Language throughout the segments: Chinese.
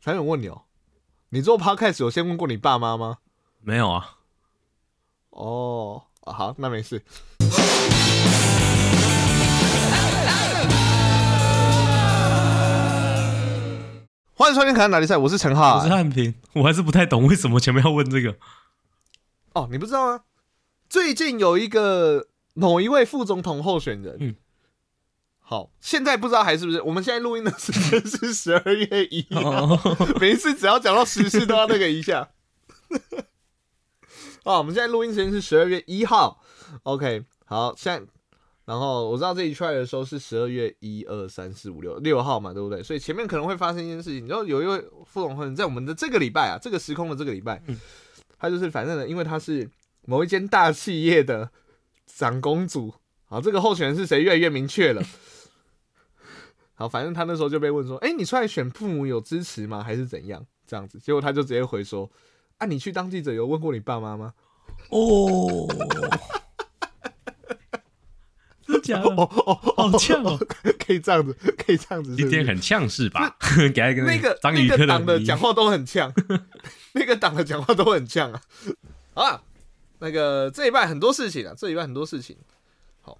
才有人问你哦，你做 podcast 有先问过你爸妈吗？没有啊，哦，啊好，那没事。欢迎收听《可爱哪里赛》，我是陈浩我是。汉平，我还是不太懂为什么前面要问这个。哦，你不知道吗？最近有一个某一位副总统候选人，嗯好，现在不知道还是不是？我们现在录音的时间是十二月一号。 哦，每一次只要讲到时事都要那个一下。 啊，我们现在录音时间是十二月一号，OK，好，现在，然后我知道这一出来的时候是十二月一二三四五六六号嘛，对不对？所以前面可能会发生一件事情，然后有一位副总会在我们的这个礼拜啊，这个时空的这个礼拜，他就是反正呢，因为他是某一间大企业的长公主，好，这个候选人是谁越来越明确了。好，反正他那时候就被问说：“哎、你出来选父母有支持吗？还是怎样？”这样子，结果他就直接回说：“啊，你去当记者有问过你爸妈吗哦，真的假？”哦的？哦哦，好呛哦，可以这样子，可以这样子是今不是天很呛是吧？ 给他一个那个张宇那科个党的迷讲话都很呛， 那个党的讲话都很呛啊！好啊，那个这一半很多事情啊，这一半很多事情。好，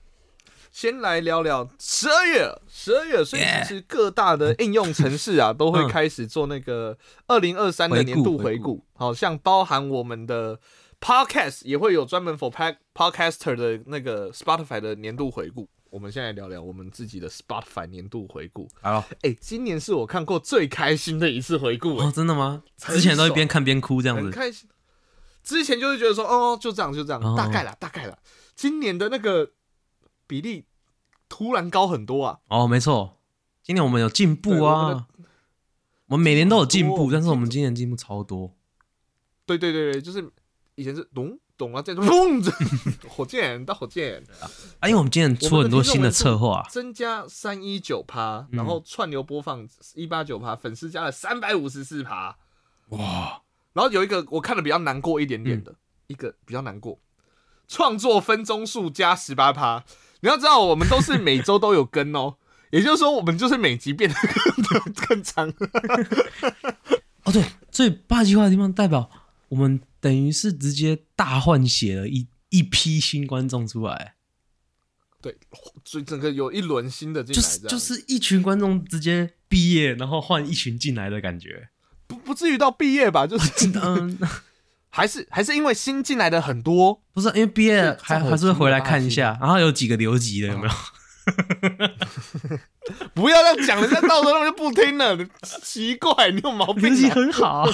先来聊聊十二月了，十二月，所以其实各大的应用程式啊，都会开始做那个二零二三的年度回回顾顾，好像包含我们的 Podcast 也会有专门 for pa- podcaster 的那个 Spotify 的年度回顾。我们现在聊聊我们自己的 Spotify 年度回顾。好哎、今年是我看过最开心的一次回顾、哦，哎、真的吗？很之前都一爽边看边哭这样很子。开心。之前就是觉得说，哦，就这样，就这样，哦大概啦，大概啦。今年的那个比例突然高很多啊，哦，没错，今年我们有进步对我们啊，我们每年都有进进步步，但是我们今年进步超多。对对对对，就是以前是咚咚啊，这样砰，这火箭到火箭，啊，因为我们今年出了很多新的策划、啊增加三一九趴，嗯然后串流播放一八九趴，粉丝加了三百五十四趴，哇，然后有一个我看的比较难过一点点的，一个比较难过，创作分钟数加十八趴。你要知道，我们都是每周都有更哦， 也就是说，我们就是每集变得更更长。哦对，最霸气化的地方代表我们等于是直接大换血了一一批新观众出来，对，所以整个有一轮新的进就来，是这样就是一群观众直接毕业，然后换一群进来的 感觉。不不至于到毕业吧，就是 嗯，还是还是因为新进来的很多，不是因为毕业了这还这好还是会回来看一下，然后有几个留级的有哦没有？不要再讲，人家到时候他们就不听了，奇怪， 你有毛病、留级啊？ 很好啊，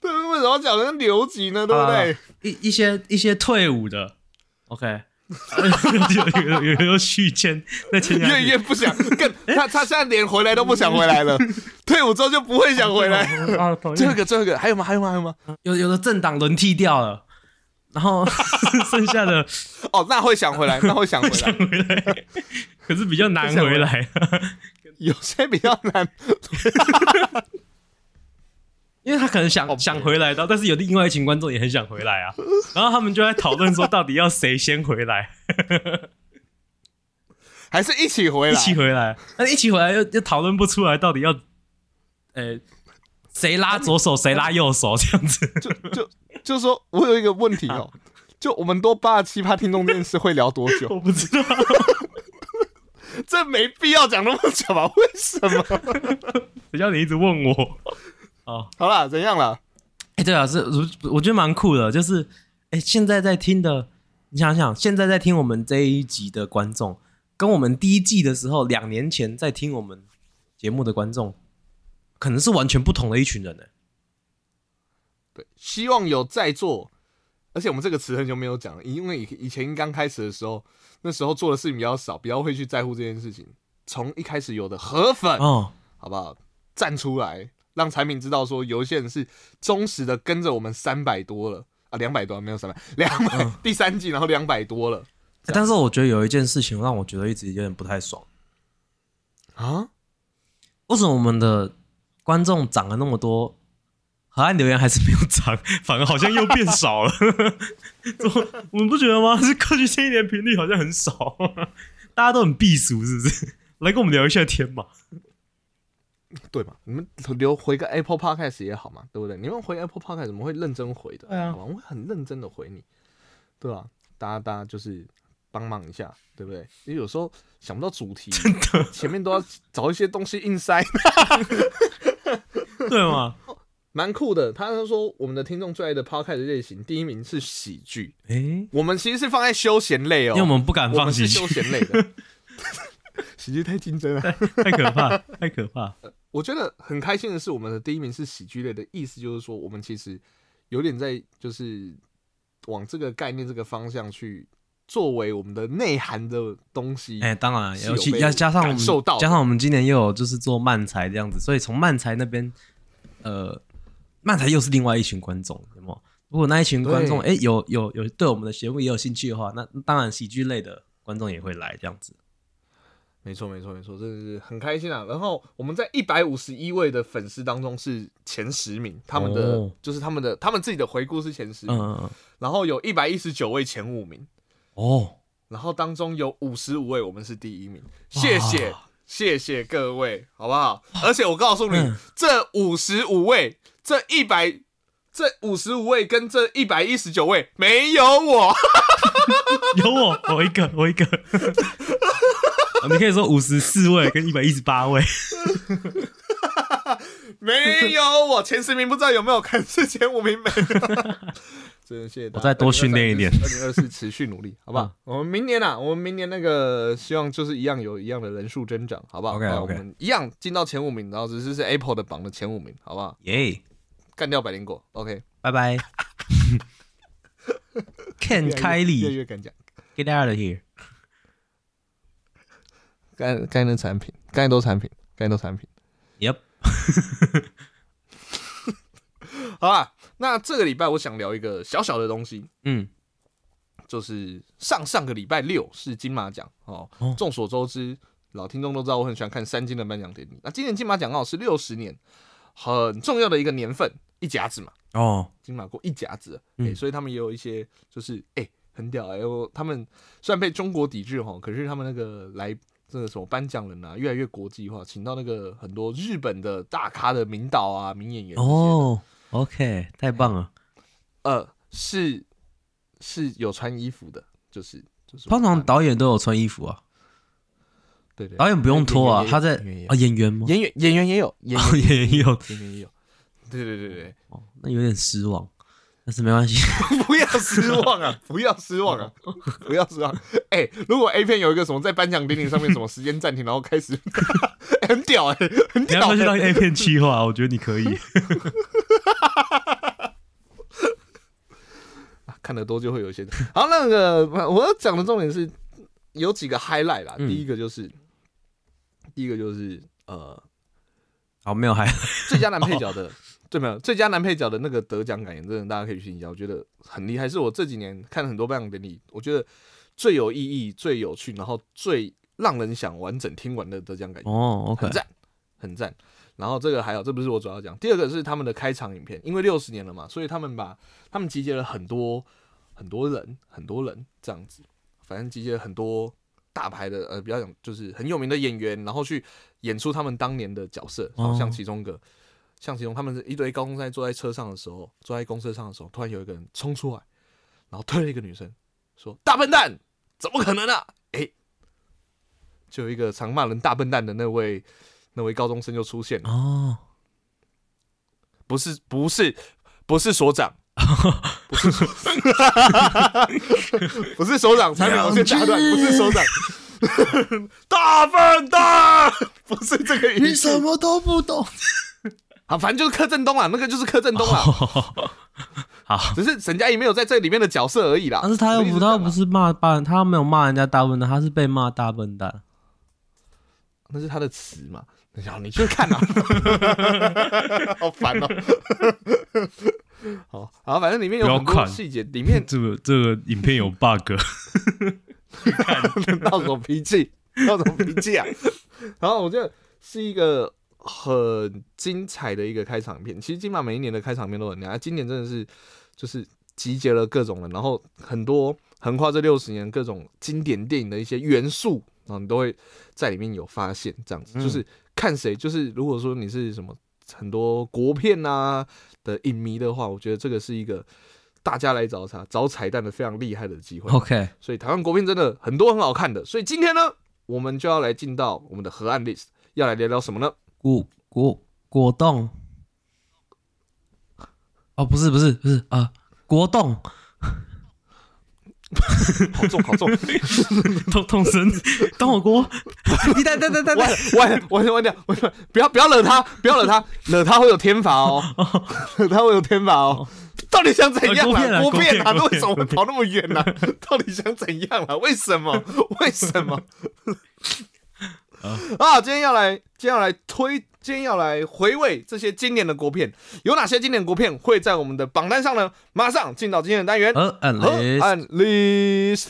对，为什么要讲人家留级呢？对不对？一一些一些退伍的，OK。有有有有续签，那签下去越越不想， 更他他现在连回来都不想回来了，退伍之后就不会想回来。 啊，讨厌最后一个，最后一个，还有吗？还有吗？还有吗？有有的政党轮替掉了，然后 剩下的哦，那会想回来，那会想回想 来。回来， 可是比较难回来，有些比较难，因为他可能想、哦想回来到，但是有另外一群观众也很想回 来啊，然后他们就在讨论说到底要谁先回来，还是一起回来。一起回来，但一起回来又又讨论不出来到底要，呃，谁拉左手谁拉右手这样子，就就就说，我有一个问题哦，就我们多八十七趴听众电视会聊多久？ 我不知道，这没必要讲那么久吧？为什么？谁叫你一直问我？哦，好啦，怎样啦？哎、对啊，是我我觉得蛮酷的，就是哎、现在在听的，你想想，现在在听我们这一集的观众，跟我们第一季的时候两年前在听我们节目的观众，可能是完全不同的一群人呢、欸对，希望有在座，而且我们这个词很久没有讲了，因为以以前刚开始的时候，那时候做的事情比较少，比较会去在乎这件事情。从一开始有的河粉，哦，好不好？站出来，让产品知道说，有一些人是忠实的跟着我们三百多了啊，两百多没有三百，两百、第三季，然后两百多了诶但是我觉得有一件事情让我觉得一直有点不太爽，啊，为什么我们的观众涨了那么多，河岸留言还是没有涨，反而好像又变少了？ 怎么我们不觉得吗？是过去这一年频率好像很少，大家都很避俗，是不是？来跟我们聊一下天嘛。对嘛？你们留回个 Apple Podcast 也好嘛，对不对？你们回 Apple Podcast 怎么会认真回的？对啊好吧我会很认真的回你，对吧、大家大家就是帮忙一下，对不对？因为有时候想不到主题，真的前面都要找一些东西硬塞， 对吗？ 蛮酷的。他是说我们的听众最爱的 Podcast 类型，第一名是喜剧，哎、我们其实是放在休闲类哦，因为我们不敢我放们喜是剧休，闲类 的，喜剧太竞争了。太可怕，太可怕。我觉得很开心的是，我们的第一名是喜剧类的，意思就是说，我们其实有点在就是往这个概念这个方向去作为我们的内涵的东西。哎、当然，是有尤其被要加上我们感受到的加上我们今年又有就是做漫才这样子，所以从漫才那边，呃，漫才又是另外一群观众，有没有？如果那一群观众对哎、有有有对我们的节目也有兴趣的话，那那当然喜剧类的观众也会来这样子。没错，没错，没错，真的是很开心啊！然后我们在一百五十一位的粉丝当中是前十名，他们的、哦就是他们的他们自己的回顾是前十嗯名，嗯嗯，然后有一百一十九位前五名，哦，然后当中有五十五位我们是第一名，谢谢谢谢各位，好不好？而且我告诉你，嗯这五十五位，这一百，这五十五位跟这一百一十九位没有我， 有我，我一个，我一个。 你可以说五十四位跟一百一十八位，没有我，前十名不知道有没有，可能是前五名没有。 真的谢谢大家，我再多训练一点嗯二零二四持续努力，好不好？我们明年啊，我们明年那个希望就是一样有一样的人数增长，好不好 OK，啊 OK 我们一样进到前五名，然后只是是 Apple 的榜的前五名，好不好？耶、干掉百灵果，OK。拜 拜。Ken 嗯开越来里越敢讲， ，Get out of here！干干的产品，干都产品，干都产品。 Yep，好啦，那这个礼拜我想聊一个小小的东西，嗯，就是上上个礼拜六是金马奖哦哦。众所周知，老听众都知道我很喜欢看三金的颁奖典礼。那今年金马奖刚好是六十年，很重要的一个年份，一甲子嘛，哦，金马过一甲子，哎、嗯所以他们也有一些就是哎、很屌哎、我他们虽然被中国抵制哈，可是他们那个来这个什么颁奖人啊，越来越国际化，请到那个很多日本的大咖的名导啊、名演员这些的哦，OK，太棒了。呃，是是有穿衣服的，就是就是通常导演都有穿衣服啊，对对导演不用脱啊，演员也有演员也有他在啊演员吗？演员演员也有演哦，员演员有，演员也有，对对对对哦那有点失望，但是 没关系。对，不要失望 啊，不要失望啊，哦不要失望。哎、如果 A 片有一个什么在颁奖典礼上面什么时间暂停，然后开始， 哎很屌哎、很你要屌、不要去欸。当 A 片企划？我觉得 你可以。看得多就会有一些。好，那个我要讲的重点是有几个 highlight 啦，嗯第一个就是第一个就是呃哦好，没有还最佳男配角的，对没有？最佳男配角的那个得奖感言，真的大家可以去听一下，我觉得很厉害，是我这几年看很多颁奖典礼，我觉得最有意义、最有趣，然后最让人想完整听完的得奖感言，哦，OK，很赞，很赞。然后这个还有，这不是我主要讲。第二个是他们的开场影片，因为六十年了嘛，所以他们把他们集结了很多很多人，很多人这样子，反正集结了很多大牌的呃，比较讲就是很有名的演员，然后去演出他们当年的角色。哦好像其中一个，像其中他们是一堆高中生坐在车上的时候，坐在公车上的时候，突然有一个人冲出来，然后推了一个女生，说：“大笨蛋，怎么可能啊？”哎，就有一个常骂人大笨蛋的那位那位高中生就出现了，哦，不是不是不是所 长，不是所不是所长，才被我先打断，不是所 长，大笨蛋，不是这个意思么都不懂。啊，反正就是柯震东啊，那个就是柯震东哦啊，好，只是沈佳宜没有在这里面的角色而已啦。 但是他又我的意不，思这他样又啦不是骂大人，他没有骂人家大笨蛋，他是被骂大笨蛋。那是他的词嘛？等一下，你去看啊， 好烦哦、 好，好，反正里面有很不多要看细节，里面这个这个影片有 bug，闹什么脾气？ 闹什么脾气啊？然后我觉得是一个很精彩的一个开场片。其实金马每一年的开场片都很厉害，今年真的是就是集结了各种人，然后很多横跨这六十年各种经典电影的一些元素然后你都会在里面有发现，这样子就是看谁，就是如果说你是什么很多国片啊的影迷的话，我觉得这个是一个大家来找茬、找彩蛋的非常厉害的机会。 OK，所以台湾国片真的很多很好看的，所以今天呢，我们就要来进到我们的河岸 list，要来聊聊什么呢？果果果冻。哦，不是不是不是啊、呃，国栋好重好重，痛痛神当火锅， 你等等等等完等了完了完了完了完了！不要不要惹他，不要惹他，惹他会有天罚哦， 惹他会有天罚哦。到底想怎样啦？呃郭郭片片啊啊，郭片为什么会跑那么远呢、 到底想怎样啦？为什么？为什么？ 啊，今天要来，今天要来推，今天要来回味这些经典的国片，有哪些经典国片会在我们的榜单上呢？马上进到今天的单元，呃，嗯，雷按 list。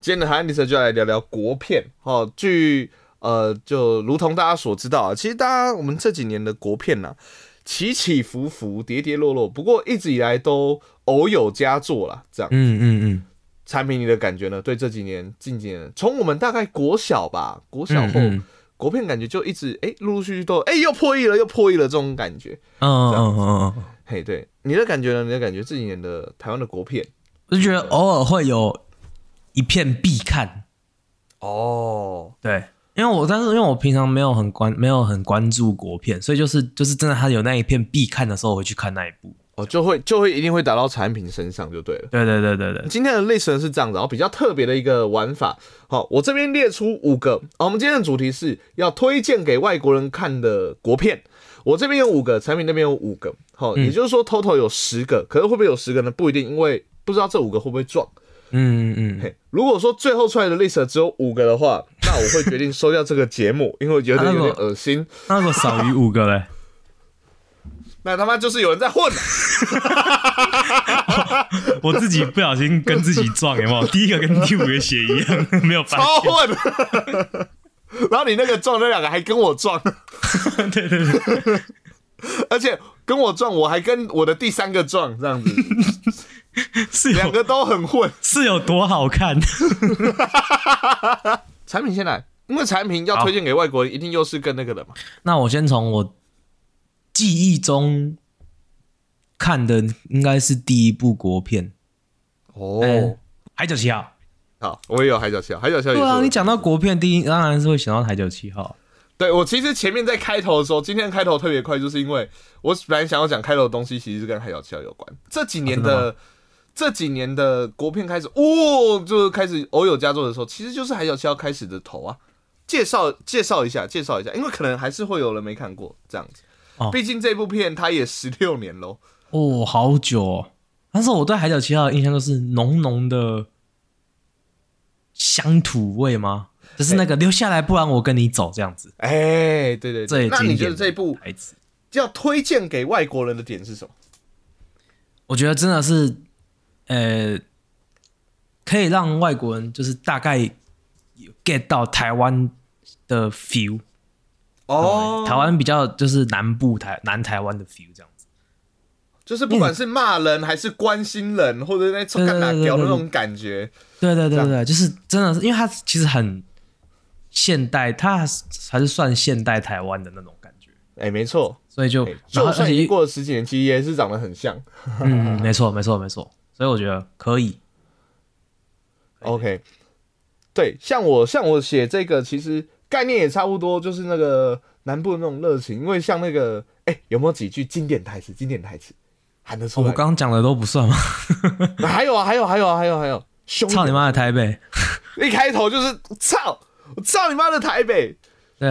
今天的 h a n d i 就来聊聊国片哦。据呃，就如同大家所知道啊，其实大家我们这几年的国片呢、起起伏伏、跌跌落落，不过一直以来都偶有佳作啦。这样，嗯嗯嗯，产品你的感觉呢？对这几年、近几年，从我们大概国小吧，国小嗯后、嗯国片感觉就一直哎，陆陆续续都哎又破亿了，又破亿了这种感觉。嗯嗯嗯嗯，嘿，对，你的感觉呢？你的感觉这几年的台湾的国片我就觉得偶尔会有一片必看，哦，对，因为我但是因为我平常没有很关没有很关注国片，所以就是就是真的他有那一片必看的时候，我会去看那一部。哦，就会就会一定会打到产品身上就对了。对对对对对，今天的 list 呢是这样子，然后比较特别的一个玩法。好，我这边列出五个。好，我们今天的主题是要推荐给外国人看的国片。我这边有五个，产品那边有五个。好，也就是说 total 有十个，可是会不会有十个呢？不一定，因为不知道这五个会不会撞。嗯嗯嗯，嘿，如果说最后出来的 list 只有五个的话，那我会决定收掉这个节目，因为我觉得有点恶心。那如果少于五个嘞，那他妈就是有人在混啊。我自己不小心跟自己撞，有没有？第一个跟第五个写一样， 没有发超混。然后你那个撞那两个还跟我撞，现。对对对，而且跟我撞，我还跟我的第三个撞，这样子，是两有个都很混。是有多好看？产品先来，因为产品要推荐给外国人，一定又是跟那个的嘛。那我先从我记忆中看的应该是第一部国片《哦，海角七号》。好，我也有海角七号，海角七号也对是我啊，的你讲到国片，第一当然是会想到《海角七号对我其实前面在开头的时候，今天开头特别快，就是因为我本来想要讲开头的东西，其实是跟海角七号有关。这几年啊真的、这几年的国片开始，哦，就是开始偶有佳作的时候，其实就是海角七号开始的头啊。介绍介绍一下，介绍一下，因为可能还是会有人没看过这样子哦。毕竟这部片它也十六年喽，》哦，好久、哦。但是我对《海角七号》的印象就是浓浓的乡土味吗？就是那个留下来，不然我跟你走这样子。哎、对对这对。也那你经觉典得的这部台词，要推荐给外国人的点是什么？我觉得真的是，呃，可以让外国人就是大概 get 到台湾的 feel。哦，台湾比较就是南部台南台湾的 feel 这样子。就是不管是骂人还是关心人，或者在臭干哪屌的那种感觉，对对对这对对，就是真的是，因为它其实很现代，它还是还是算现代台湾的那种感觉，哎、没错，所以就、哎然就后而算已且经过了十几年，其实也是长得很像。嗯，嗯没错没错没错，所以我觉得可以。 OK，对，像我像我写这个，其实概念也差不多，就是那个南部的那种热情，因为像那个，哎、有没有几句经典台词？经典台词喊得出我来？刚刚讲的都不算吗？还有啊，还有，还有啊，还有，还有，兄弟操你！妈的台北！一开头就是操，我操你妈的台北，对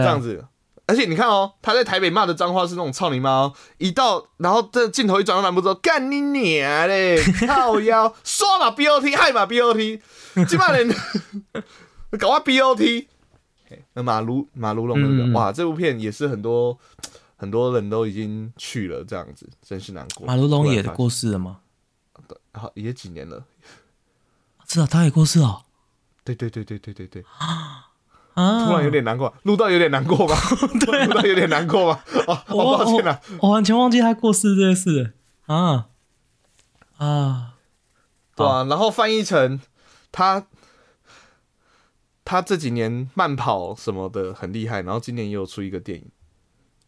这啊样，子。而且你看哦，他在台北骂的脏话是那种“操你妈”哦，一到然后这镜头一转到南部之后，干你娘 嘞，靠腰，刷嘛 BOT，害嘛 BOT，这帮人 搞啊 BOT。嘿那马卢马卢龙那嗯嗯个，嗯哇，这部片也是很多很多人都已经去了，这样子真是难过。马如龙也突然发过世了吗？现，好也几年了，是啊，他也过世了对对对对对对对，啊！突然有点 难过，录到有点难过吧？录到有点难过吧？哦， 我哦抱歉了。啊我，我完全忘记他过世这件事了啊啊！对啊，然后范逸臣他他这几年慢跑什么的很厉害，然后今年也有出一个电影，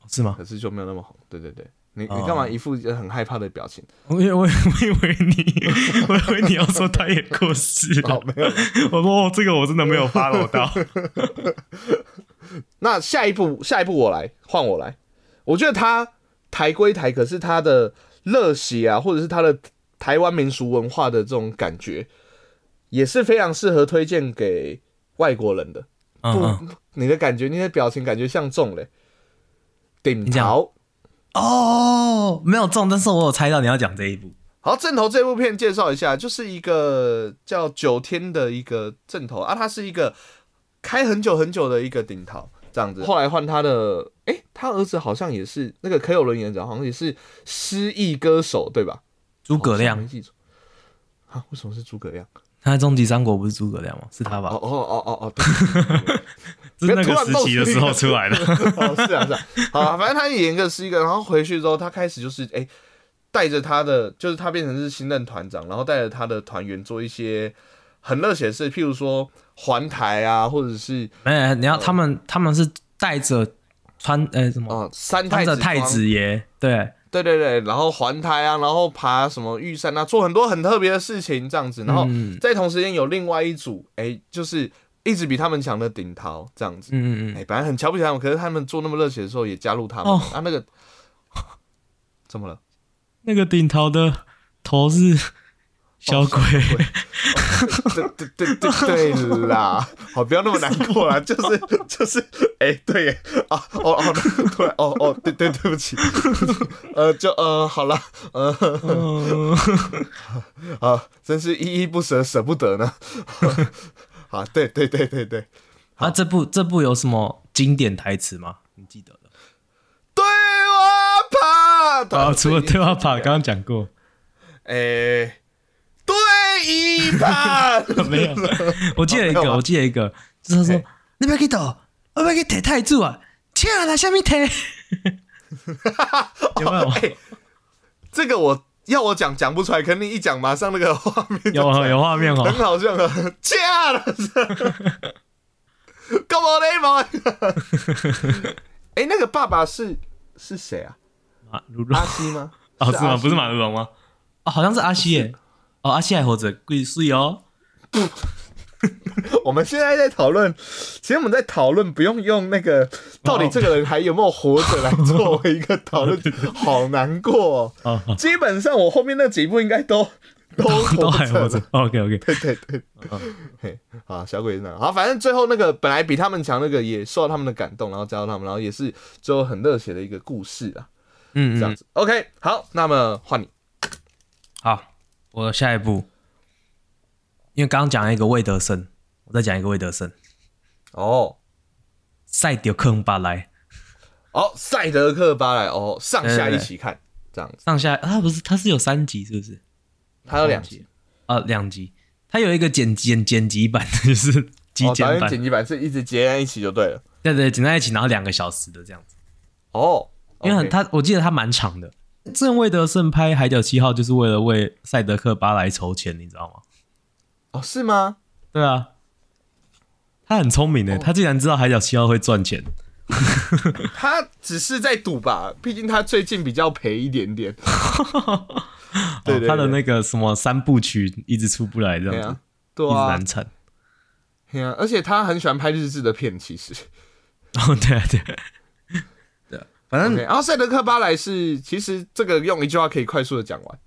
是吗？可是就没有那么红。对对对，你哦你干嘛一副很害怕的表情？我以为我以为你， 我以为你要说他也过世 了。没有，我说、哦、这个我真的没有 follow 到。那下一步下一步我来换我来，我觉得他台归台，可是他的热血啊，或者是他的台湾民俗文化的这种感觉，也是非常适合推荐给外国人的。嗯嗯不，你的感觉，你的表情感觉像中嘞，顶你讲头。哦，没有中，但是我有猜到你要讲这一部。好，正头这部片介绍一下，就是一个叫九天的一个正头啊，他是一个开很久很久的一个顶头这样子。后来换他的，诶，他儿子好像也是那个 K 有伦演的，好像也是失忆歌手对吧？诸葛好像没亮，记错。啊，为什么是诸葛亮？他在《终极三国》不是诸葛亮吗？是他吧？哦哦哦哦哦，对是那个时期的时候出来 的。 哦，是啊，是啊，好啊，反正他演一个是一个，然后回去之后，他开始就是哎，诶带着他的，就是他变成是新任团长，然后带着他的团员做一些很热血的事，譬如说环台啊，或者是没有，你要他们，他们是带着穿呃什么，啊、呃三穿太着子太装子爷，对，对对对，然后环台啊，然后爬什么玉山啊，做很多很特别的事情这样子，然后嗯在同时间有另外一组，哎、就是一直比他们强的顶桃这样子，嗯嗯哎、嗯，本来很瞧不起他们，可是他们做那么热血的时候也加入他们、哦啊，那个 怎么了？那个顶头的头是小鬼，对对对对对啦，好，不要那么难过啦，就是就是，哎、对耶，啊，哦哦，突然，哦哦，对对，对不起，呃，就呃，好了，呃， 嗯，啊，真是依依不舍，舍不得呢。啊，对对对对对啊，这部这部有什么经典台词吗？你记得的？对我怕，啊，除了对话法，刚刚讲过，哎、对一怕，没有，我记得一哦没有个，吗我记得一个，就是他说哎你不要去倒，我不要去提太子啊，请啦，下面提，有没有？哎、这个我要我讲讲不出来，肯定一讲马上那个画面就有出来啊有画面哦很，好笑啊，嫁了，干嘛嘞嘛？ 哎、那个爸爸是是谁啊？马如龙阿西吗？ 哦，是吗？阿西不是马如龙吗？哦，好像是阿西耶。哦，阿西还活着，贵睡哦。我们现在在讨论，其实我们在讨论，不用用那个到底这个人还有没有活着来作为一个讨论，好难过、哦。哦，哦 基本上我后面那几部应该都都都还活活 着哦着。。 OK OK，对对对，嘿，好，小鬼是那样好，反正最后那个本来比他们强那个也受到他们的感动，然后加入他们，然后也是最后很热血的一个故事啊，嗯这样嗯，子。OK，好，那么换你，好，我下一步，因为刚刚讲了一个魏德胜，我再讲一个魏德胜，哦，赛丢坑巴莱哦，赛德克巴莱，哦，上下一起看，这样子，上下，啊，不是，他是有三集是不是？它有两集，啊，两集，他有一个剪剪剪辑版， 就是极哦，导简演版，剪辑版是一直结在一起就对了，对对，剪在一起，然后两个小时的这样子。哦，因为很 OK 他我记得他蛮长的。正魏德胜拍《海角七号》就是为了为赛德克巴莱筹钱，你知道吗？哦是吗？对啊，他很聪明哦的，他竟然知道《海角七号》会赚钱。他只是在赌吧，毕竟他最近比较赔一点点，对对对哦他的那个什么三部曲一直出不来，这对样子啊，对一直啊难，产。对啊，而且他很喜欢拍日志的片，其实。 哦，对啊，对啊，对啊，反正 OK，然后赛德克巴莱是，其实这个用一句话可以快速的讲完。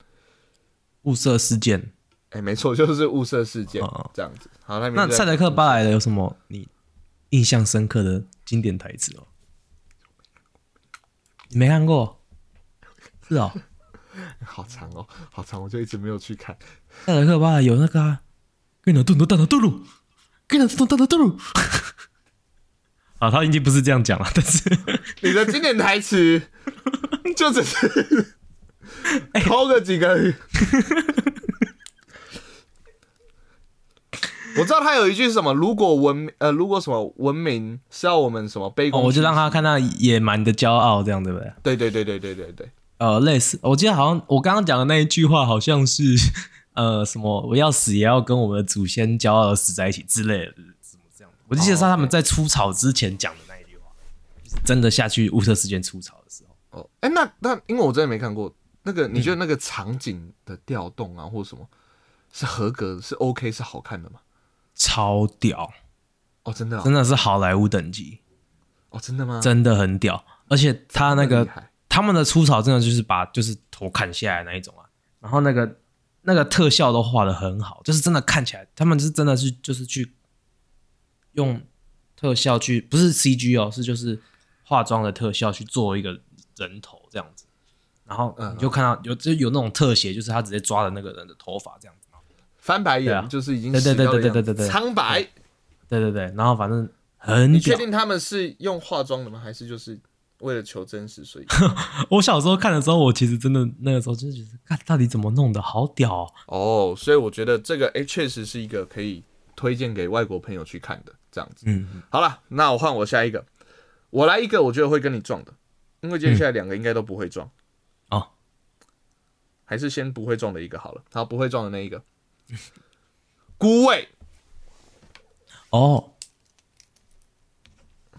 物色事件。哎、没错，就是雾社事件、哦这样子。好，那那赛德德克巴莱的有什么你印象深刻的经典台词哦？你没看过？是 哦。好长哦，好长，我就一直没有去看。赛德克巴莱有那个啊，跟你顿顿蛋的嘟噜，跟你顿顿蛋的嘟噜。 啊，他已经不是这样讲了，但是你的经典台 词就只是哎抠个几个鱼。我知道他有一句是什么，如果文呃，如果什么文明是要我们什么卑躬屈膝、哦，我就让他看他野蛮的骄傲，这样对不对？对对对对对对对，呃，类似，我记得好像我刚刚讲的那一句话，好像是 呃什么我要死也要跟我们的祖先骄傲的死在一起之类的，什么这样。我就记得是他们在出草之前讲的那一句话，就是真的下去乌特事件出草的时候，哦，哎、那那因为我真的没看过那嗯个，你觉得那个场景的调动啊，或者什么是合格的、是 OK、是好看的吗？超屌，哦，真的、哦，真的是好莱坞等级，哦，真的吗？真的很屌。而且他那很个厉害他们的出草真的就是把就是头砍下来那一种啊，然后那个那个特效都画的很好，就是真的看起来他们是真的是就是去用特效去不是 CG 哦，是就是化妆的特效去做一个人头这样子，然后嗯你就看到有就有那种特写，就是他直接抓了那个人的头发这样子，翻白对眼、啊就是已经对对死掉的对对样对子对对对苍白。对对对，然后反正很你确屌。定他们是用化妆的吗？还是就是为了求真实， 所以我小时候看的时候，我其实真的那个时候就是觉得，看到底怎么弄的，好屌、哦！哦，所以我觉得这个哎，确、实是一个可以推荐给外国朋友去看的这样子。嗯，好了，那我换我下一个，我来一个，我觉得会跟你撞的，因为接下来两个应该都不会撞。嗯哦，还是先不会撞的一个好了。好，不会撞的那一个，孤味哦，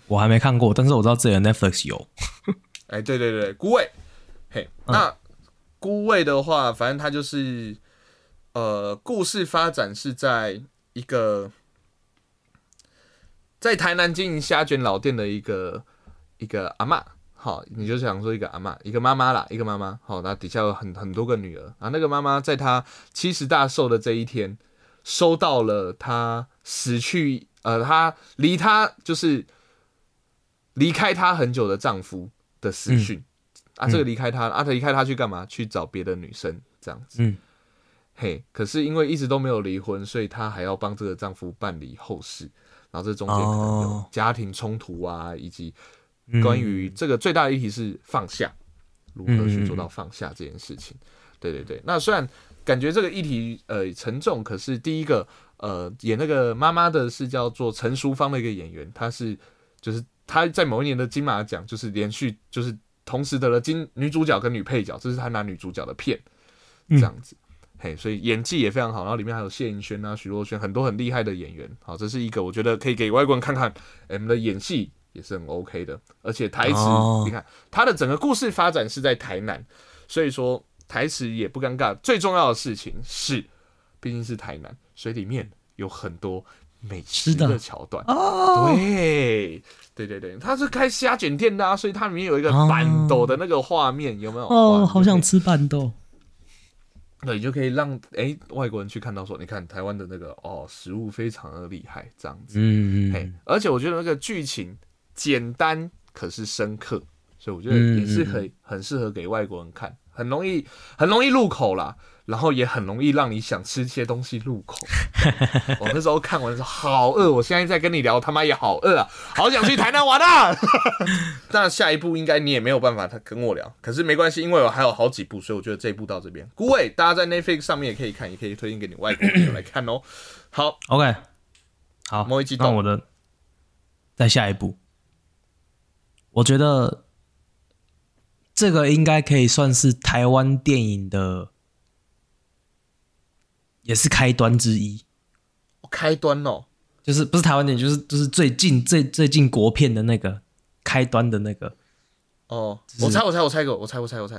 我还没看过，但是我知道这个 Netflix 有。哎、对对对，孤味。嘿，那孤味的话，反正它就是，呃，故事发展是在一个在台南经营虾卷老店的一个一个阿嬷，好，你就想说一个阿嬷，一个妈妈啦，一个妈妈。好，那底下有很很多个女儿啊。那个妈妈在她七十大寿的这一天，收到了她死去，呃，她离她就是离开她很久的丈夫的死讯。嗯啊，这个离开她，啊，她离开她去干嘛？去找别的女生这样子。嗯，嘿，可是因为一直都没有离婚，所以她还要帮这个丈夫办理后事，然后这中间可能有哦家庭冲突啊，以及嗯关于这个最大的议题是放下，如何去做到放下这件事情。对对对，那虽然感觉这个议题呃沉重，可是第一个呃演那个妈妈的是叫做陈淑芳的一个演员，她是就是她在某一年的金马奖就是连续就是同时得了金女主角跟女配角，这是她拿女主角的片这样子。嗯嘿，所以演技也非常好，然后里面还有谢盈萱啊、徐若瑄很多很厉害的演员。好，这是一个我觉得可以给外国人看看，哎我们的演戏也是很 OK 的，而且台词、哦你看它的整个故事发展是在台南，所以说台词也不尴尬。最重要的事情是，毕竟是台南，所以里面有很多美食吃的的桥段。哦，对，对对对，它是开虾卷店的啊，所以它里面有一个哦板斗的那个画面，有没有？哇哦，好想你就可以吃拌豆。对，你就可以让哎、外国人去看到说，你看台湾的那个哦食物非常的厉害，这样子。嗯嘿，而且我觉得那个剧情简单可是深刻，所以我觉得也是很、很适合给外国人看，很容易很容易入口啦，然后也很容易让你想吃一些东西入口。我那时候看完的时候好饿，我现在在跟你聊，他妈也好饿啊，好想去台南玩啊！ 那下一步应该你也没有办法他跟我聊，可是没关系，因为我还有好几部，所以我觉得这一部到这边。孤味，大家在 Netflix 上面也可以看，也可以推荐给你外国朋友来看哦。好， ，OK，好，摸一激那动我的再下一步，我觉得这个应该可以算是台湾电影的，也是开端之一。开端哦。就是不是台湾电影，就是就是最近最最近国片的那个开端的那个，哦，我猜，我猜，我猜一个，我猜，我猜，我猜。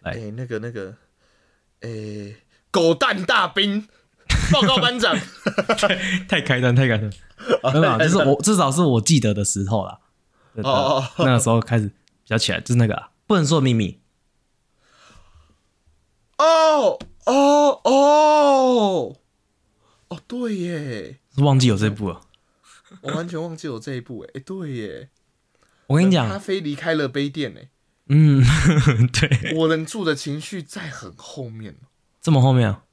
来哎、那个，那个，哎、狗蛋大兵，报告班 长。太开端，太开端。哦没有啦，就是我至少是我记得的时候啦。对对哦哦那个时候开始比较起来，就是那个啊不能说秘密，哦哦哦哦，对耶，是忘记有这 部了。我完全忘记有这一步哎、哎对耶，我跟你咖讲， 啡离开了杯垫哎、嗯，对，我忍住的情绪在很后面。哦这么后面啊，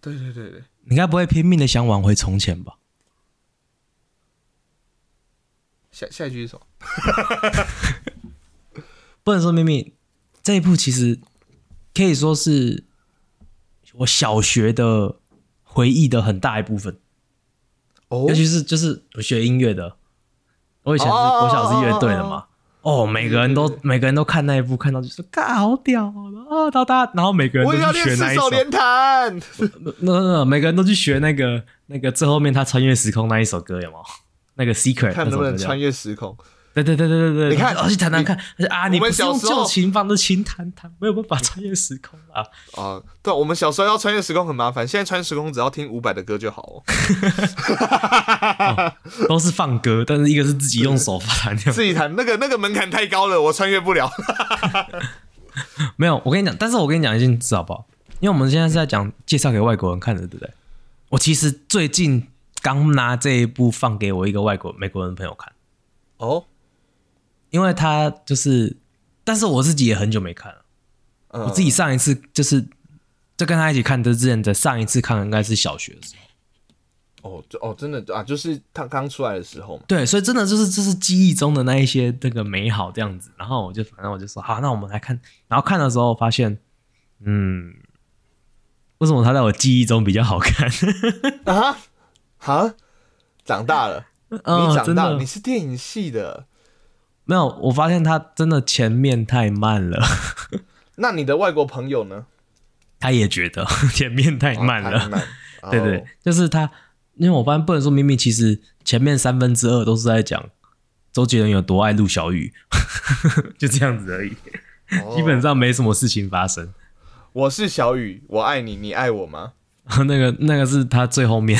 对对对对，你该不会拼命的想挽回从前吧？下下一句是什么？不能说秘密这一部其实可以说是我小学的回忆的很大一部分。哦哦尤其是就是我学音乐的，我以前是哦我小是乐队的嘛，哦，每个人嗯都每个人都看那一部，看到就说“嘎，好屌哦！”哒哒，然后每个人我都也要去练学那四一手首，联弹。那那那每个人都去学那个那个最后面他穿越时空那一首歌有没有？那个 secret 看能不能那首歌叫穿越时空。对对对对对你对，看而且弹弹看，而且啊，你我不们是小用时候旧琴房的琴弹弹，没有办法穿越时空啊！啊，对，我们小时候要穿越时空很麻烦，现在穿越时空只要听伍佰的歌就好、哦，都是放歌，但是一个是自己用手法弹 掉，自己弹那个那个门槛太高了，我穿越不了。没有。我跟你讲，但是我跟你讲一件事好不好？因为我们现在是在讲介绍给外国人看的，对不对？我其实最近刚拿这一部放给我一个外国美国人朋友看，哦，因为他就是，但是我自己也很久没看了。嗯我自己上一次就是就跟他一起看的之前的上一次看应该是小学的时候。 哦，就哦，真的啊，就是他刚出来的时候嘛。对，所以真的就是这是记忆中的那一些那个美好这样子。然后我就反正我就说好，那我们来看。然后看的时候发现，嗯，为什么它在我记忆中比较好看？啊哈，长大了，嗯，你长真大，了，的你是电影系的，没有，我发现它真的前面太慢了， 那你的外国朋友呢？他也觉得 前面太慢啊了。 太慢，哦对对，，就是他，因为我发现不能说明明其实前面三分之二都是在讲周杰伦有多爱陆小雨， 就这样子而已，哦基本上没什么事情发生。 我是小雨，我爱你，你爱我吗？那个那个是他最后面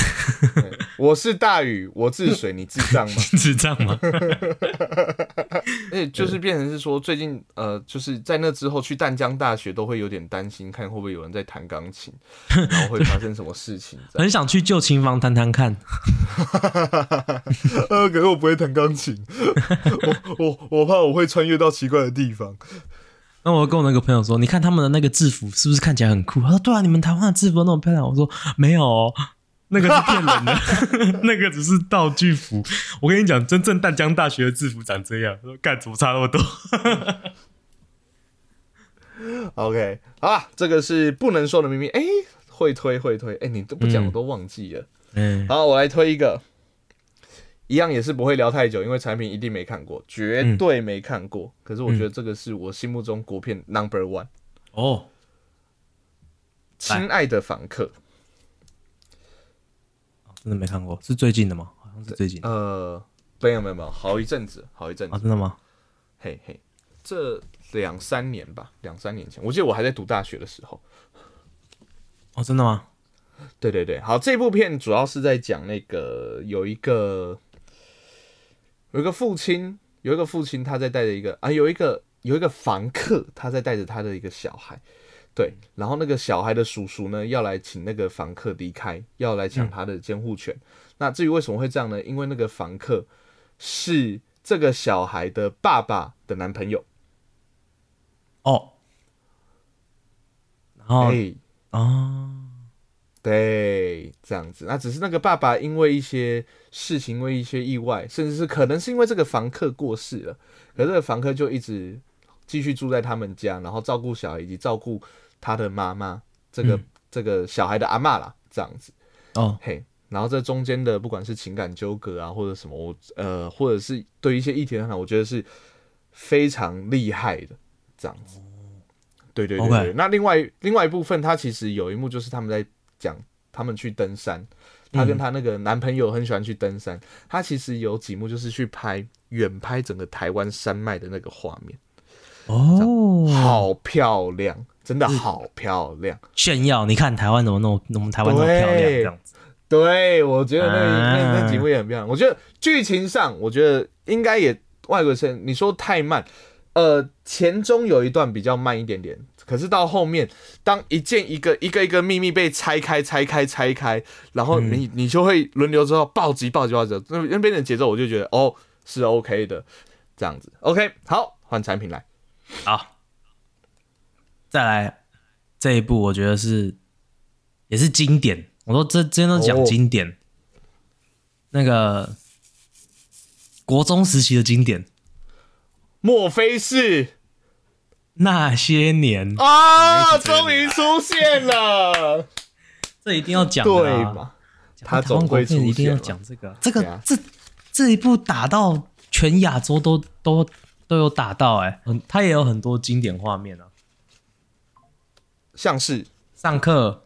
我是大雨，我治水，你智 障吗？智障吗？而且就是变成是说，最近呃，就是在那之后去淡江大学都会有点担心，看会不会有人在弹钢 琴，然后会发生什么事情这样。很想去旧琴房谈谈看。 呃，可是我不会弹钢琴，我我我怕我会穿越到奇怪的地方。那我跟我那个朋友说，你看他们的那个制服是不是看起来很酷？他说对啊，你们台湾的制服那么漂亮。我说没有、哦， 那个是骗人的， 那个只是道具服。我跟你讲，真正淡江大学的制服长这样。他说干，怎么差那么多？ OK，好啦，这个是不能说的秘密。哎、会推会推，哎、你都不讲我都忘记了。嗯，好，我来推一个，一样也是不会聊太久，因为产品一定没看过，绝对没看过。可是我觉得这个是我心目中国片 Number One。哦，亲爱的房客，真的没看过，是最近的吗？好像是最近的呃，没有没有没有，好一阵子，好一阵啊，子，真的吗？嘿嘿，这两三年吧，两三年前，我记得我还在读大学的时候。哦，真的吗？对对对，好，这部片主要是在讲那个有一个有一个父亲，有一个父亲他在带着一个啊，有一个有一个房客他在带着他的一个小孩，对，然后那个小孩的叔叔呢要来请那个房客离开，要来抢他的监护权。那至于为什么会这样呢？因为那个房客是这个小孩的爸爸的男朋友，哦，然后哎、哦，对，这样子。那只是那个爸爸因为一些事情，因为一些意外，甚至是可能是因为这个房客过世了，可是这个房客就一直继续住在他们家，然后照顾小孩以及照顾他的妈妈，这个、这个小孩的阿嬷啦，这样子。哦，嘿，然后这中间的不管是情感纠葛啊，或者什么，我呃，或者是对一些议题的看法，我觉得是非常厉害的这样子。对对对对 OK 那另外另外一部分，它其实有一幕就是他们在讲他们去登山，她跟她那个男朋友很喜欢去登山，她其实有几幕就是去拍远拍整个台湾山脉的那个画面，哦，好漂亮，真的好漂亮。炫耀！你看台湾怎么那么，我们台湾那么漂亮对这样子。对，我觉得那、那啊那几幕也很漂亮。我觉得剧情上，我觉得应该也外国生，你说太慢，呃，前中有一段比较慢一点点，可是到后面，当一件一个一个一个秘密被拆开、拆开、拆开，然后你、你就会轮流之后暴击、暴击、暴击，那那哦边的节奏我就觉得哦是 OK 的，这样子 OK 好，换产品来，好，再来这一部，我觉得是也是经典。我说这真的讲哦经典，那个国中时期的经典，莫非是那些年，啊，终于出现了，这一定要讲的啊对嘛？他台湾总国会片出一现定要了。讲这个，这个、对啊这这一部打到全亚洲都都都有打到哎、很他也有很多经典画面啊。像是上课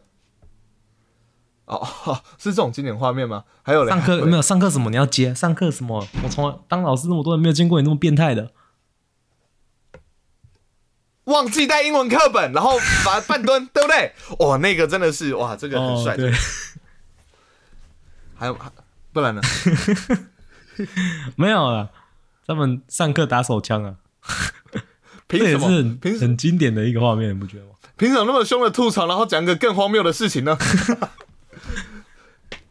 哦哦， 是这种经典画面吗？还有嘞，上还有课嘞没有上课什么你要接上课什么，我从来当老师那么多人没有见过你那么变态的。忘记带英文课本，然后把它半 蹲，对不对？哇，那个真的是哇，这个很帅。哦，对，还有，还不 然呢？没有了。他们上课打手枪啊，凭这也什是么？很凭什很经典的一个画面，你不觉得吗？凭什么那么凶的吐槽，然后讲个更荒谬的事情呢？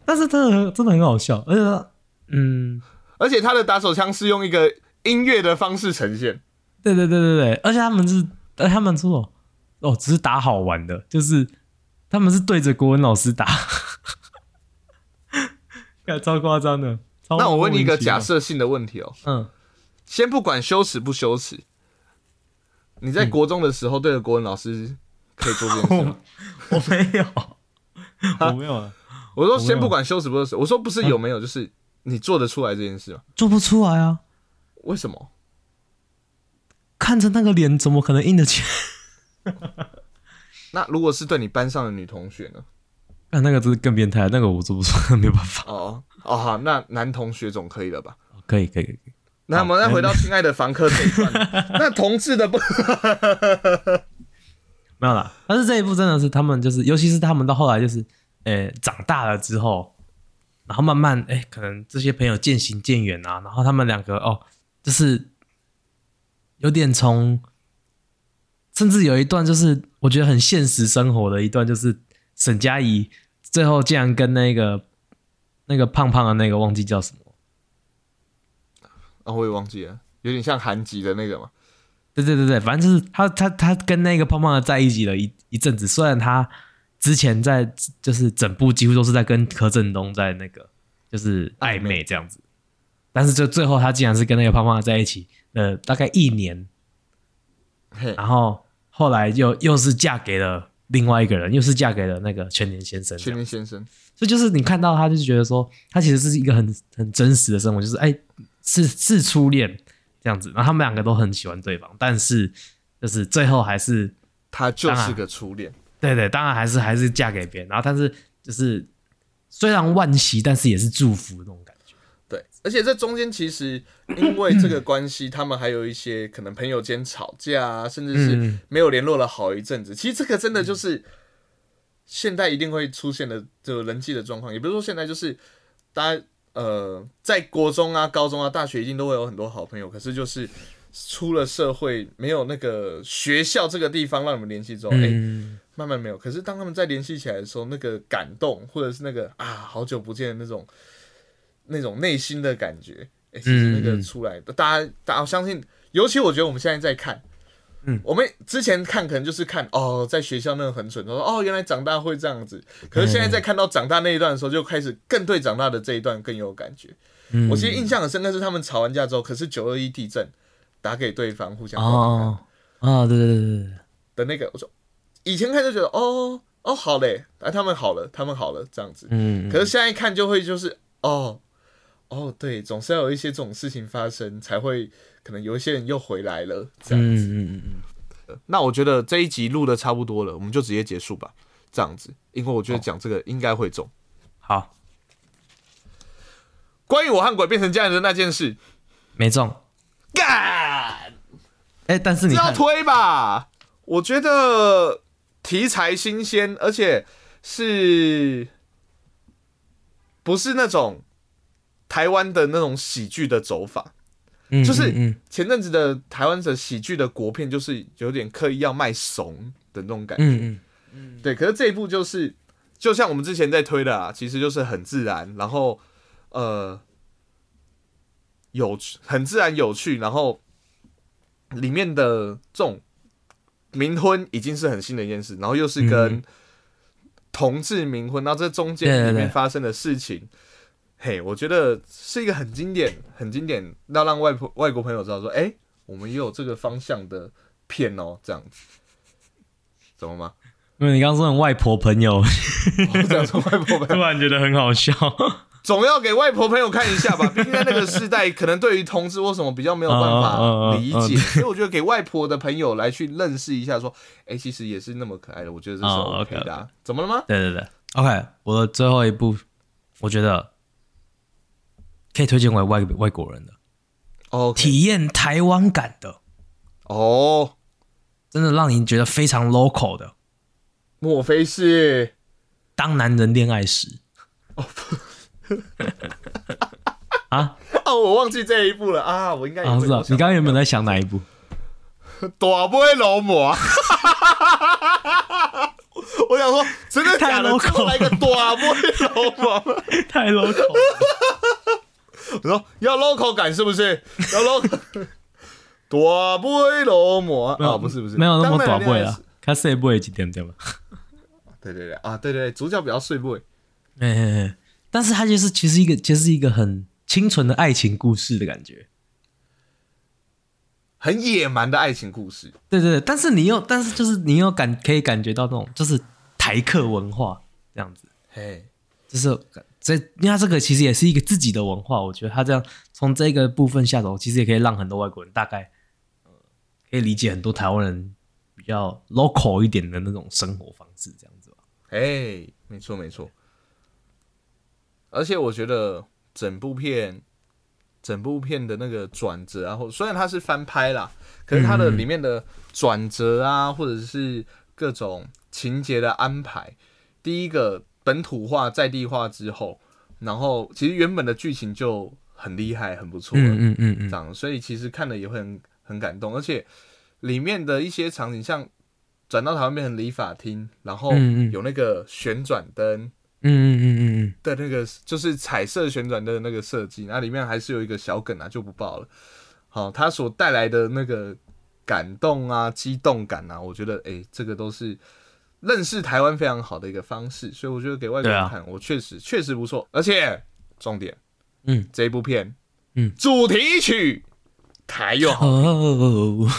但是真的很真的很好笑，而且他嗯，而且他的打手枪是用一个音乐的方式呈现，对对对对对，而且他们是，而且他们说哦，只是打好玩的，就是他们是对着国文老师打， 看超夸张的。超那我问你一个哦莫名其假，妙设性的问题哦，嗯，先不管羞耻不羞耻，你嗯在国中的时候对着国文老师可以做这件事 吗？我没 有，我没有啊，我说先不管羞耻不羞耻，我说不是有没有，就是你做得出来这件事吗？做不出来啊，为什么？看着那个脸，怎么可能硬得起来？那如果是对你班上的女同学呢？ 那那个真是更变态，那个我做不出来， 没有办法。哦哦好，那男同学总可以了吧？可以可以可以，那我们再回到亲爱的房客这一段， 那同志的不 没有啦。但是这一部真的是他们，就是尤其是他们到后来就是，呃，长大了之后，然后慢慢哎，可能这些朋友渐行渐远啊，然后他们两个哦，就是有点从，甚至有一段就是我觉得很现实生活的一段，就是沈佳宜最后竟然跟那个那个胖胖的那个忘记叫什么，啊、我也忘记了，有点像韩籍的那个嘛。对对对对，反正就是他他他跟那个胖胖的在一起了一一阵子，虽然他之前在就是整部几乎都是在跟柯震东在那个就是暧昧这样子，但是就最后他竟然是跟那个胖胖的在一起，呃，大概一年，嘿，然后后来又又是嫁给了另外一个人，又是嫁给了那个全年先生这样，全民先生，所以就是你看到他，就是觉得说他其实是一个很很真实的生活，就是哎、是是初恋这样子。然后他们两个都很喜欢对方，但是就是最后还是他就当是然个初恋。对对，当然还是还是嫁给别人。然后但是就是虽然惋惜，但是也是祝福那种感觉。对，而且这中间其实因为这个嗯关系，他们还有一些可能朋友间吵架啊，甚至是嗯没有联络了好一阵子。其实这个真的就是现代一定会出现的，就人际的状况，也不是说现在就是大家呃，在国中啊、高中啊、大学一定都会有很多好朋友，可是就是出了社会，没有那个学校这个地方让你们联系之后，哎、嗯，慢慢没有。可是当他们再联系起来的时候，那个感动，或者是那个啊，好久不见的那种那种内心的感觉，哎、其实那嗯个嗯出来，大家大家我相信，尤其我觉得我们现在在看。嗯，我们之前看可能就是看哦，在学校那个很蠢，说哦，原来长大会这样子。可是现在在看到长大那一段的时候，就开始更对长大的这一段更有感觉。嗯我其实印象很深刻是他们吵完架之后，可是九二一地震打给对方互相报平安哦哦，对对对对对，的那个，我说以前看就觉得哦哦好嘞，啊他们好了，他们好了这样子，嗯，可是现在看就会就是哦哦对，总是要有一些这种事情发生，才会可能有一些人又回来了这样。嗯嗯嗯嗯，那我觉得这一集录的差不多了，我们就直接结束吧，这样子，因为我觉得讲这个应该会中。好，关于我和鬼变成家人的那件事，没中。干哎，但是你这要看，推吧，我觉得题材新鲜，而且是不是那种台湾的那种喜剧的走法？嗯就是嗯嗯前阵子的台湾的喜剧的国片，就是有点刻意要卖怂的那种感觉。嗯嗯对，可是这一部就是，就像我们之前在推的啊，其实就是很自然，然后呃，有趣，很自然有趣，然后里面的这种冥婚已经是很新的一件事，然后又是跟同志冥婚，然后这中嗯对对间里面对发生的事情。嘿我觉得是一个很经典、很经典，要让外婆外国朋友知道说，哎、我们也有这个方向的片哦，这样子，怎么吗？嗯因为你刚刚说你外婆朋友， 我讲说外婆朋友突然觉得很好笑。 总要给外婆朋友看一 下吧，毕竟在那个世代，可能对于同志或什么比较没有办法理嗯嗯嗯嗯解，嗯所以我觉得给外婆的朋友来去认识一下，说，哎，其实也是那么可爱的，我觉得这是哦 OK 的啊。怎么了吗？ 对对对，OK，我的最后一部，我觉得可以推荐给外外国人的，哦，体验台湾感的，哦，真的让你觉得非常 local 的。莫非是？ 当男人恋爱时，啊哦，我忘记这一步了啊，我应该也啊，会是啊，你刚刚原本在想哪一部？大杯老母。啊 我想说，真的假太的？ local 最后来一个大杯老母。 啊太 local，了我说要 local 感是不是？要 local。大杯老母啊，不是不是，没有那么当短背然啊，看谁不会几点 点吧？对对对啊，对对对，主角比较碎步哎哎哎，但是它就是其实一个就是一个很清纯的爱情故事的感觉。很野蛮的爱情故事。对对对，但是你又但是就是你又感可以感觉到那种就是台客文化这样子，嘿，就是这因为它这个其实也是一个自己的文化，我觉得它这样从这个部分下手，其实也可以让很多外国人大概、呃可以理解很多台湾人比较 local 一点的那种生活方式这样子吧。哎，没错没错。而且我觉得整部片，整部片的那个转折啊，或虽然它是翻拍啦，可是它嗯的里面的转折啊，或者是各种情节的安排，第一个本土化在地化之后，然后其实原本的剧情就很厉害，很不错了。嗯嗯嗯这样，所以其实看了也会很很感动，而且里面的一些场景，像转到台湾变成理发厅，然后嗯嗯有那个旋转灯嗯嗯嗯嗯嗯，的那个，就是彩色旋转灯的那个设计，那里面还是有一个小梗啊，就不报了。好，它所带来的那个感动啊、激动感啊，我觉得诶、这个都是认识台湾非常好的一个方式，所以我觉得给外国对人啊看，我确实确实不错，而且重点，嗯，这一部片，嗯，主题曲台 又好。哦，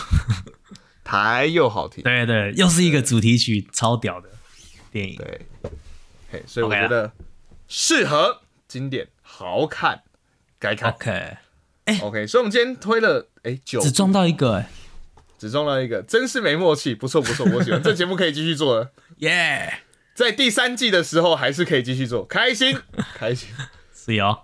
台又好听，对对，又是一个主题曲，超屌的电影。对，嘿，所以我 OK 啦觉得适合经典，好看，该看。 OK， OK，所以我们今天推了哎九，只撞到一个、欸，只中了一个，真是没默契，不错不错，我喜欢这节目可以继续做了，耶、在第三季的时候还是可以继续做，开心开心。是哦，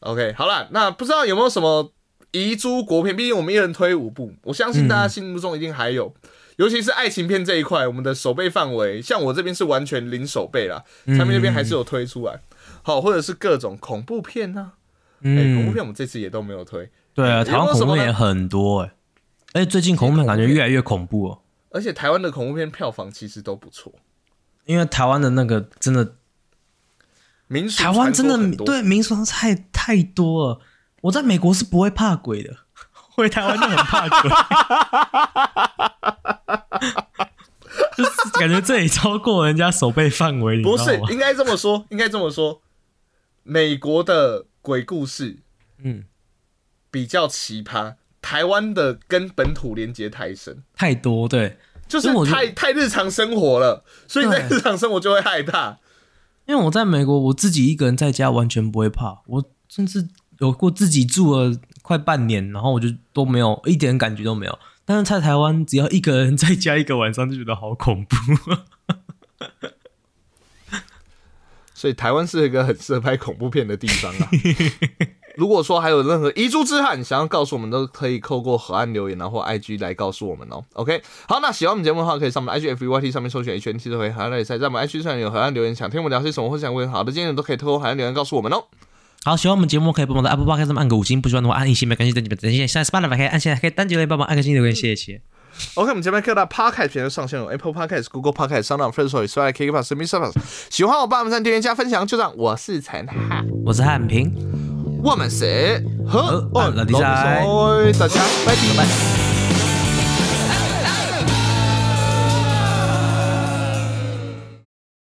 OK，好了，那不知道有没有什么遗珠国片？毕竟我们一人推五部，我相信大嗯家心目中一定还有，尤其是爱情片这一块，我们的手背范围，像我这边是完全零手背啦，他们那边还嗯是有推出来。好，或者是各种恐怖片呐、啊，哎、恐怖嗯，片我们这次也都没有推，对啊，台湾恐怖片也很多哎、而且最近恐怖片感觉越来越恐怖哦，而且台湾的恐怖片票房其实都不错，因为台湾的那个真的，民俗台湾真传说很的多，对民俗上太太多了。我在美国是不会怕鬼的， 回台湾就很怕 鬼，就是感觉这里超过人家手背范围，你知不道是吗？应该这么说， 应该这么说，美国的鬼故事嗯，比较奇葩，台湾的跟本土连接太深，太多对。就是因为我觉太太日常生活了，所以你在对日常生活就会害怕。因为我在美国，我自己一个人在家完全不会怕，我甚至有过自己住了快半年，然后我就都没有一点感觉都没有。但是在台湾，只要一个人在家一个晚上，就觉得好恐怖。所以台湾是一个很适合拍恐怖片的地方 啊。如果说还有任何遗珠之憾想要告诉我们，都可以透过河岸留言啊或 IG 来告诉我们哦。OK，好，那喜欢我们节目的话，可以上我们的 IG FYT E 上面搜寻 HNT 社会河岸联赛，在我们 IG 上有河岸留言，想听我们聊些什么或想问好的建议，都可以透过河岸留言告诉我们哦。好，喜欢我们节目可以帮忙在 Apple Podcast 上面按个五星，不喜欢的话按一星，没关系，等你们等一下，下次 Spotify 可以按，现在可以单击留言帮忙按个星留言，谢谢。 OK，我们前面各大 Podcast 平台上线有 Apple Podcast、Google Podcast、s o u n d o n First Story、Spotify、KKBox、s m i s t r 喜欢我帮我们赞、留言、加分享，就这样。我是陈汉，我是汉平。我们是河岸岸联联赛赛，大家拜拜。拜